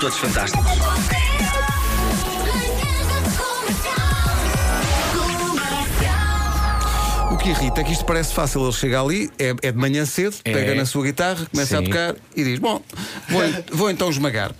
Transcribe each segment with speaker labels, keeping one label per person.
Speaker 1: todos fantásticos.
Speaker 2: O que irrita é que isto parece fácil. Ele chega ali, é, é de manhã cedo,
Speaker 3: É.
Speaker 2: pega na sua guitarra, começa a
Speaker 3: Sim.
Speaker 2: tocar e diz: Bom, vou, en- vou então esmagar.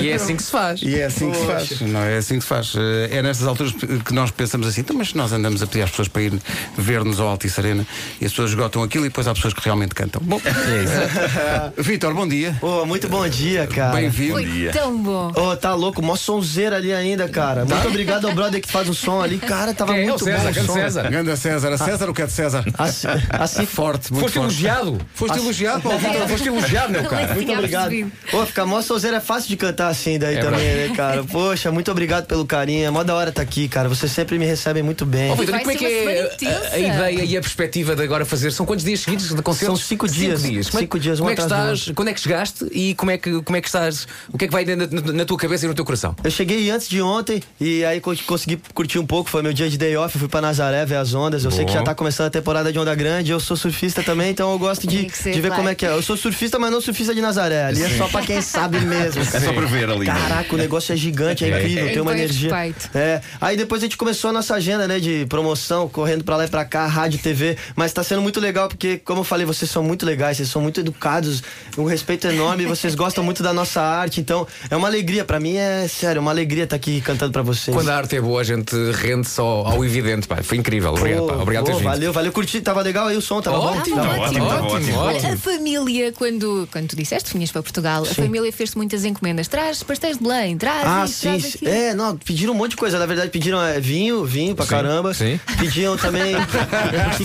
Speaker 3: E é assim que se faz.
Speaker 2: E é assim que se faz. Não é assim que se faz. Eh, É nestas alturas que nós pensamos assim, então, mas nós andamos a pedir às pessoas para ir ver-nos ao Altice Arena e as pessoas esgotam aquilo e depois há pessoas que realmente cantam. Bom,
Speaker 3: É isso.
Speaker 2: Vitor, bom dia.
Speaker 4: Pô, muito bom dia, cara.
Speaker 2: Bem-vindo.
Speaker 5: Foi tão bom.
Speaker 4: Ô, tá louco, mó sonzeira ali ainda, cara. Muito obrigado ao brother que faz o som ali. Cara, tava
Speaker 3: Tá. É, o
Speaker 4: muito bom
Speaker 3: César,
Speaker 4: o
Speaker 3: grande
Speaker 4: som.
Speaker 3: César.
Speaker 2: Ganda César, a César o que é de César?
Speaker 4: Assim,
Speaker 3: É
Speaker 4: assim
Speaker 2: Forte, muito
Speaker 3: Foste
Speaker 2: forte.
Speaker 3: elogiado.
Speaker 2: Foste elogiado, Paulo Vitor, foste
Speaker 3: elogiado, meu
Speaker 5: é
Speaker 3: cara.
Speaker 4: Muito obrigado. Pô, ficar mó sonzeira é fácil de cantar assim daí
Speaker 3: É
Speaker 4: também, né, cara? Poxa, muito obrigado pelo carinho. É mó da hora tá aqui, cara. Vocês sempre me recebem muito bem.
Speaker 3: Ó, Vitor, e
Speaker 5: Vai
Speaker 3: como é
Speaker 5: ser
Speaker 3: que
Speaker 5: uma
Speaker 3: é
Speaker 5: semana
Speaker 3: a- a,
Speaker 5: intensa.
Speaker 3: ideia e a perspectiva de agora fazer? São quantos dias seguidos de concertos?
Speaker 4: São cinco dias.
Speaker 3: Como é-
Speaker 4: Cinco dias, um
Speaker 3: como é que
Speaker 4: atrás do
Speaker 3: estás? Quando é que chegaste e como é que, como é que estás? O que é que vai na, na- na tua cabeça e no teu coração?
Speaker 4: Eu cheguei antes de ontem e aí co- consegui curtir um pouco. Foi meu dia de day off. Fui pra Nazaré ver as ondas. Eu sei
Speaker 3: Bom.
Speaker 4: que já tá começando a temporada de onda grande. Eu sou surfista também, então eu gosto de,
Speaker 5: Tem que ser,
Speaker 4: de ver
Speaker 5: claro.
Speaker 4: como é que é. Eu sou surfista, mas não surfista de Nazaré. Ali é só pra quem sabe mesmo.
Speaker 1: É só para ver ali.
Speaker 4: Caraca, o negócio é gigante, é incrível, tem uma
Speaker 5: Impõe
Speaker 4: energia.
Speaker 5: respeito.
Speaker 4: É. Aí depois a gente começou a nossa agenda, né, de promoção, correndo pra lá e pra cá, rádio, TV, mas tá sendo muito legal porque, como eu falei, vocês são muito legais, vocês são muito educados, um respeito enorme, vocês gostam muito da nossa arte, então é uma alegria pra mim, é sério, uma alegria estar aqui cantando pra vocês.
Speaker 3: Quando a arte é boa, a gente rende só ao evidente, pá. Foi incrível. Obrigado, pá.
Speaker 4: Pô,
Speaker 3: Obrigado por
Speaker 4: pô,
Speaker 3: teres vindo.
Speaker 4: Valeu, valeu, curti, tava legal aí o som, tava bom.
Speaker 5: Ótimo,
Speaker 1: Tá ótimo, tá
Speaker 3: ótimo,
Speaker 1: ótimo.
Speaker 5: Olha, a
Speaker 3: ótimo.
Speaker 5: família, quando, quando tu disseste que vinhas para Portugal, a família fez-te muitas encomendas. Traz pastéis de Belém, traz
Speaker 4: Ah,
Speaker 5: isto,
Speaker 4: sim.
Speaker 5: traz
Speaker 4: sim.
Speaker 5: aquilo.
Speaker 4: É, não, pediram um monte de coisa. Na verdade, pediram é, vinho, vinho pra
Speaker 3: Sim,
Speaker 4: caramba.
Speaker 3: sim.
Speaker 4: Pediam também. O que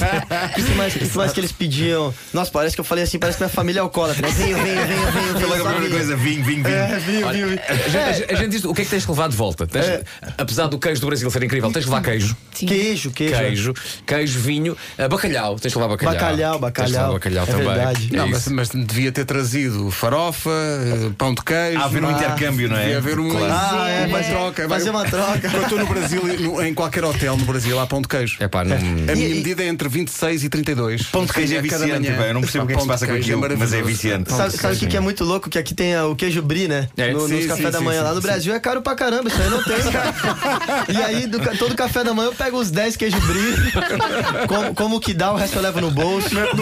Speaker 4: mais, o que mais que eles pediam? Nossa, parece que eu falei assim, parece que minha família é alcoólatra. né? Vinho, vinho, vinho, vinho.
Speaker 1: Foi
Speaker 4: vinho,
Speaker 1: logo a
Speaker 4: só
Speaker 1: primeira
Speaker 4: vinho.
Speaker 1: coisa, vinho, vinho, vinho.
Speaker 4: É, vinho,
Speaker 3: A
Speaker 4: vinho.
Speaker 3: gente- a gente- A gente diz o que é que tens de levar de volta? Tens-
Speaker 4: É.
Speaker 3: Apesar do queijo do Brasil ser incrível, tens de levar queijo.
Speaker 5: Sim.
Speaker 4: Queijo, queijo.
Speaker 3: Queijo, queijo, vinho, eh, bacalhau, tens de levar bacalhau.
Speaker 4: Bacalhau,
Speaker 3: Tens de levar
Speaker 4: bacalhau.
Speaker 3: bacalhau
Speaker 4: É
Speaker 3: também.
Speaker 4: verdade.
Speaker 3: É
Speaker 2: Não, mas,
Speaker 3: isso.
Speaker 2: mas devia ter trazido farofa, eh, pão de queijo.
Speaker 1: Há a haver um
Speaker 2: Ah,
Speaker 1: intercâmbio, não é?
Speaker 2: Devia haver um.
Speaker 1: Claro.
Speaker 4: Ah, é,
Speaker 2: uma
Speaker 4: fazer-
Speaker 2: troca. vai-
Speaker 4: fazer uma troca.
Speaker 2: Eu estou no Brasil, e no- em qualquer hotel no Brasil, há pão de queijo.
Speaker 3: É pá, não.
Speaker 2: A minha
Speaker 4: E- e-
Speaker 2: medida é entre 26 e 32.
Speaker 1: Pão de queijo é
Speaker 2: Ou seja, a cada
Speaker 1: viciante,
Speaker 2: manhã-
Speaker 1: pá, eu não percebo o que é que se
Speaker 2: Pão
Speaker 1: passa
Speaker 2: de
Speaker 1: com
Speaker 2: queijo
Speaker 1: aquilo, mas é
Speaker 2: maravilhoso.
Speaker 1: viciante.
Speaker 2: Pão
Speaker 4: Sabe,
Speaker 2: de
Speaker 4: sabe o que,
Speaker 2: queijo.
Speaker 4: que é muito louco? Que aqui tem ah, o queijo brie, né?
Speaker 3: É,
Speaker 4: no,
Speaker 2: sim,
Speaker 4: nos
Speaker 2: sim,
Speaker 4: café da
Speaker 2: sim,
Speaker 4: manhã.
Speaker 2: sim,
Speaker 4: Lá no
Speaker 2: sim.
Speaker 4: Brasil é caro pra caramba, isso aí não tem, cara. E aí, do ca- todo café da manhã eu pego uns 10 queijo brie, como, como o que dá, o resto eu levo no bolso.
Speaker 2: Mete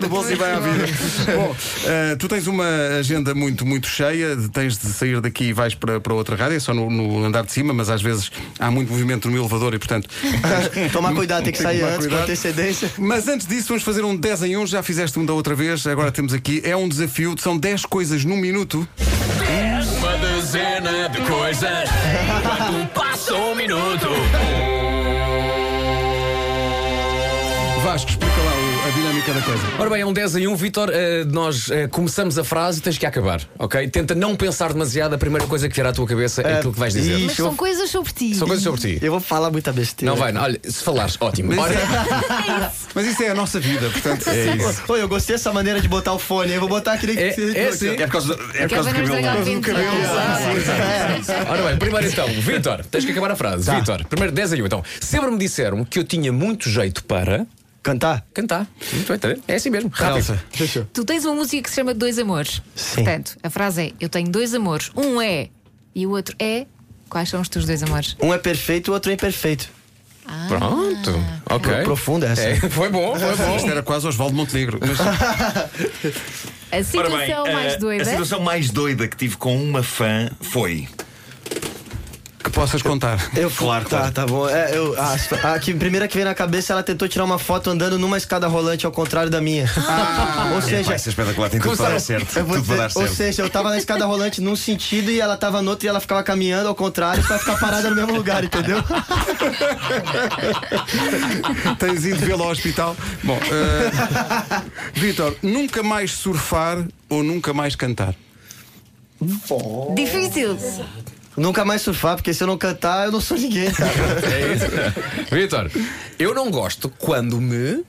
Speaker 2: no bolso e vai à vida. Bom, eh, tu tens uma agenda muito, muito cheia. Tens de sair daqui e vais para, para outra rádio. É só no, no andar de cima, mas às vezes há muito movimento no elevador e, portanto.
Speaker 4: Tomar cuidado, tem que sair
Speaker 2: tomar
Speaker 4: antes,
Speaker 2: cuidado.
Speaker 4: com antecedência.
Speaker 2: Mas antes disso, vamos fazer um 10 em 1. Já fizeste um da outra vez, agora temos aqui. É um desafio, são 10 coisas num minuto.
Speaker 6: Uma dezena de coisas Enquanto passa um minuto
Speaker 2: Vasco, explica lá o- a dinâmica da coisa.
Speaker 3: Ora bem, é um 10 em 1, Vitor. eh, nós eh, começamos a frase e tens que acabar, ok? Tenta não pensar demasiado, a primeira coisa que vier à tua cabeça é aquilo que vais dizer.
Speaker 4: e-
Speaker 5: Mas são coisas sobre ti.
Speaker 3: São coisas sobre ti.
Speaker 4: Eu vou falar muita besteira.
Speaker 3: Não vai, não. olha, se falares, ótimo.
Speaker 2: Mas,
Speaker 3: Ora,
Speaker 2: isso é, mas isso é a nossa vida, portanto. é
Speaker 4: Ô, eu gostei dessa maneira de botar o fone. Eu vou botar aquele.
Speaker 3: É- é assim.
Speaker 1: É por causa do é por
Speaker 5: Que
Speaker 1: causa do
Speaker 5: as bananas
Speaker 1: cabelo. não é?
Speaker 5: da Gávea entram.
Speaker 3: Ora bem, primeiro então, Vitor, tens que acabar a frase.
Speaker 4: Tá.
Speaker 3: Vitor, primeiro 10 em 1. Então, sempre me disseram que eu tinha muito jeito para
Speaker 4: Cantar?
Speaker 3: cantar. Muito bem, tá vendo? é assim mesmo. Rápido.
Speaker 5: Tu tens uma música que se chama Dois Amores.
Speaker 4: Sim.
Speaker 5: Portanto, a frase é: Eu tenho dois amores. Um é e o outro é. Quais são os teus dois amores? Ah,
Speaker 4: Um é perfeito, o outro é imperfeito.
Speaker 3: Pronto. Ok.
Speaker 4: Profunda essa.
Speaker 3: É, foi bom, foi bom.
Speaker 2: Isto era quase Osvaldo Montenegro. Mas
Speaker 5: A
Speaker 1: Ora
Speaker 5: situação
Speaker 1: bem,
Speaker 5: mais
Speaker 1: eh,
Speaker 5: doida.
Speaker 1: a situação mais doida que tive com uma fã foi.
Speaker 2: que possas contar.
Speaker 4: Eu,
Speaker 1: Claro,
Speaker 4: tá,
Speaker 1: claro.
Speaker 4: tá bom. É, eu, a, a que, primeira que veio na cabeça, ela tentou tirar uma foto andando numa escada rolante, ao contrário da minha. Ou
Speaker 1: É,
Speaker 4: seja,
Speaker 1: vai ser espetacular, tem tudo para dar certo.
Speaker 4: eu vou
Speaker 1: Tudo para
Speaker 4: dizer-
Speaker 1: dar
Speaker 4: ou
Speaker 1: certo.
Speaker 4: seja, eu tava na escada rolante num sentido e ela tava no outro e ela ficava caminhando ao contrário pra ficar parada no mesmo lugar, entendeu?
Speaker 2: Tens ido vê-lo ao hospital. Bom, eh, Vitor, nunca mais surfar ou nunca mais cantar?
Speaker 5: Difícil.
Speaker 4: Nunca mais surfar, porque se eu não cantar, eu não sou ninguém, cara.
Speaker 3: É isso. Vitor, eu não gosto quando me.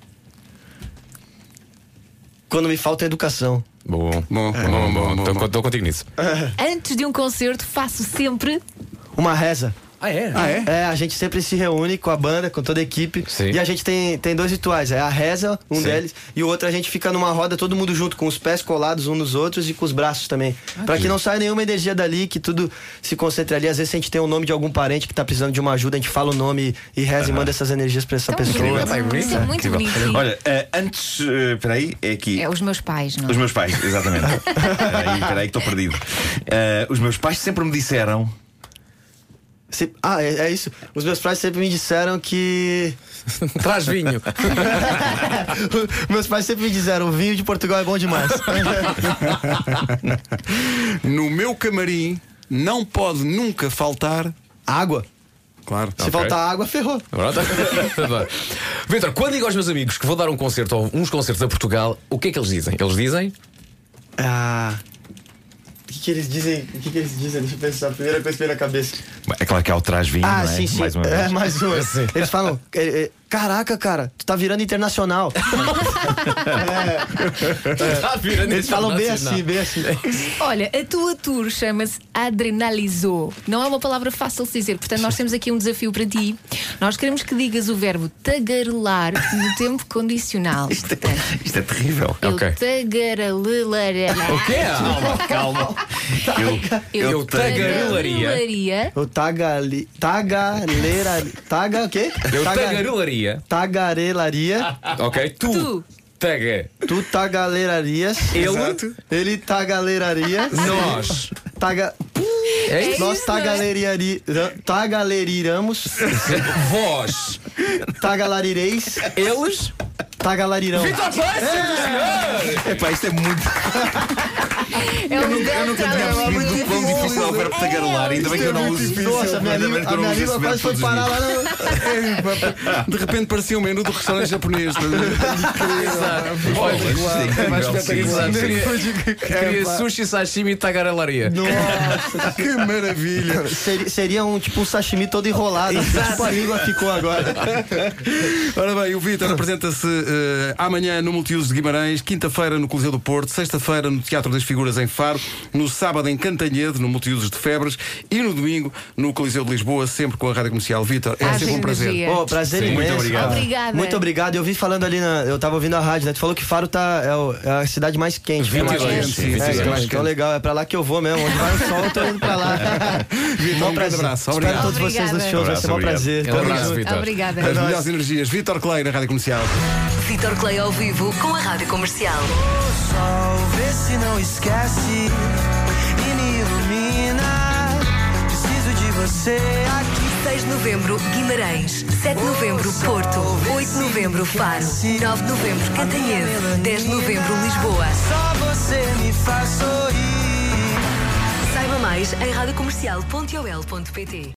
Speaker 4: Quando me falta é educação.
Speaker 3: Bom,
Speaker 2: Bom, bom, bom, bom, bom.
Speaker 3: Estou contigo nisso.
Speaker 5: Antes de um concerto, faço sempre.
Speaker 4: Uma reza.
Speaker 3: Ah, é?
Speaker 2: Ah, é?
Speaker 4: É, a gente sempre se reúne com a banda, com toda a equipe.
Speaker 3: Sim.
Speaker 4: E a gente tem, tem dois rituais. É a reza, um deles, e o outro a gente fica numa roda, todo mundo junto, com os pés colados uns nos outros e com os braços também. pra que não saia nenhuma energia dali, que tudo se concentre ali. Às vezes, se a gente tem o nome de algum parente que tá precisando de uma ajuda, a gente fala o nome e reza e manda essas energias pra essa
Speaker 5: Tão
Speaker 4: pessoa.
Speaker 5: bonito.
Speaker 1: Epá, é
Speaker 5: Isso
Speaker 1: bonito.
Speaker 5: é muito bonito. sim.
Speaker 1: Olha, eh, antes. eh, Espera aí, é aqui.
Speaker 5: É os meus pais, não é?
Speaker 1: Os meus pais, exatamente. Espera aí, espera aí que estou perdido. Eh, os meus pais sempre me disseram.
Speaker 4: Se- ah, é, é isso. Os meus pais sempre me disseram que.
Speaker 3: Traz vinho.
Speaker 4: meus pais sempre me disseram: o vinho de Portugal é bom demais.
Speaker 2: No meu camarim não pode nunca faltar.
Speaker 4: água.
Speaker 2: Claro.
Speaker 4: Se faltar água, ferrou.
Speaker 3: Pronto. Adoro. Vitor, quando digo aos meus amigos que vou dar um concerto ou uns concertos a Portugal, o que é que eles dizem? Eles dizem.
Speaker 4: Ah. O que, que eles dizem? O que, que eles dizem? Deixa eu pensar. A primeira coisa que veio na cabeça.
Speaker 1: É claro que há o trás vinho,
Speaker 4: Ah,
Speaker 1: não é?
Speaker 4: sim, sim.
Speaker 1: Mais uma
Speaker 4: é,
Speaker 1: vez.
Speaker 4: mais uma.
Speaker 3: Sim.
Speaker 4: Eles falam: é, é, Caraca, cara, tu tá virando internacional.
Speaker 3: Está "Tá a vir a
Speaker 4: Eles falam bem
Speaker 3: internacional.
Speaker 4: assim, bem assim.
Speaker 5: Olha, a tua tour chama-se Adrenalizou. Não é uma palavra fácil de dizer, portanto, nós temos aqui um desafio para ti. Nós queremos que digas o verbo tagarelar no tempo condicional.
Speaker 1: Isto é, isto é terrível.
Speaker 5: Eu
Speaker 3: Ok.
Speaker 5: tagarelarei.
Speaker 3: O que é?
Speaker 1: Calma, calma. Eu,
Speaker 3: Eu tagarelaria.
Speaker 5: tagarelaria.
Speaker 4: Eu tagali. Tagaleira. Taga o quê?
Speaker 3: Eu
Speaker 4: Taga-
Speaker 3: tagarelaria.
Speaker 4: Tagarelaria.
Speaker 3: Ok? Tu.
Speaker 5: Tu.
Speaker 3: Taga.
Speaker 4: Tu tagalelarias.
Speaker 3: Ele.
Speaker 4: Ele tagaleraria.
Speaker 3: Nós.
Speaker 4: Taga.
Speaker 3: É isso?
Speaker 4: Nós tagaleriari- tagaleriramos.
Speaker 3: Vós.
Speaker 4: Tagalarireis.
Speaker 3: Eles.
Speaker 4: Tagalarirão.
Speaker 3: Vitor Pereira!
Speaker 1: Epá, isto é muito.
Speaker 5: É um
Speaker 1: Eu
Speaker 5: belo
Speaker 1: nunca tinha
Speaker 5: trabalho.
Speaker 1: percebido o quão difícil é o verbo tagarelar. Ainda bem que eu não uso isso.
Speaker 4: Nossa, a minha
Speaker 1: né? Ainda bem
Speaker 4: língua,
Speaker 1: que eu
Speaker 4: a
Speaker 1: não
Speaker 4: minha
Speaker 1: uso
Speaker 4: língua quase
Speaker 1: esse verbo
Speaker 4: foi
Speaker 1: todos os
Speaker 4: parar
Speaker 1: dias.
Speaker 4: lá no.
Speaker 2: De repente parecia um menu do restaurante japonês.
Speaker 3: Olha,
Speaker 1: Isto é
Speaker 3: mais
Speaker 1: incrível,
Speaker 3: espetacular.
Speaker 1: sim, sim.
Speaker 3: Queria- Queria sushi, sashimi e tagarelaria.
Speaker 4: Nossa,
Speaker 2: É que maravilha!
Speaker 4: seria, seria um tipo um sashimi todo enrolado. assim, Tipo a língua ficou agora.
Speaker 2: Ora bem, o Vitor apresenta-se eh, amanhã no Multiuso de Guimarães, quinta-feira no Coliseu do Porto, sexta-feira no Teatro das Figuras em Faro, no sábado em Cantanhede, no Multiusos de Febres e no domingo no Coliseu de Lisboa, sempre com a Rádio Comercial. Vitor, é
Speaker 5: Ah,
Speaker 2: sempre um
Speaker 5: sim,
Speaker 2: prazer.
Speaker 5: energia.
Speaker 4: Ô, prazer
Speaker 1: Sim, muito
Speaker 4: imenso.
Speaker 1: obrigado.
Speaker 4: cara.
Speaker 5: Obrigada.
Speaker 4: Muito obrigado. Eu vi falando ali na. Eu tava ouvindo a rádio, né? Tu falou que Faro tá, é, o- é a cidade mais quente. né?
Speaker 3: Vinte e
Speaker 4: mais
Speaker 3: dois,
Speaker 4: quente.
Speaker 3: sim,
Speaker 4: É,
Speaker 3: vinte e dois.
Speaker 4: então, então legal, é pra lá que eu vou mesmo. Onde vai o sol, eu tô indo pra lá.
Speaker 2: Vitor, um grande abraço.
Speaker 4: Espero
Speaker 2: Obrigado.
Speaker 4: todos vocês nos shows,
Speaker 5: Obrigada.
Speaker 4: vai
Speaker 1: Abraço,
Speaker 4: ser um
Speaker 1: obrigado.
Speaker 4: prazer.
Speaker 3: É um
Speaker 4: Tamo
Speaker 3: abraço,
Speaker 4: junto.
Speaker 3: Vitor.
Speaker 5: Obrigada.
Speaker 2: As melhores energias. Vitor Clay na Rádio Comercial.
Speaker 7: Vitor Clay ao vivo com a Rádio Comercial.
Speaker 8: sol, vê se não esquece e me ilumina. Preciso de você aqui.
Speaker 7: 6 de novembro, Guimarães. 7 de novembro, Porto. 8 de novembro, Faro. 9 de novembro, Cantanhede. 10 de novembro, Lisboa.
Speaker 8: Só você me faz sorrir.
Speaker 7: Saiba mais em radiocomercial.ol.pt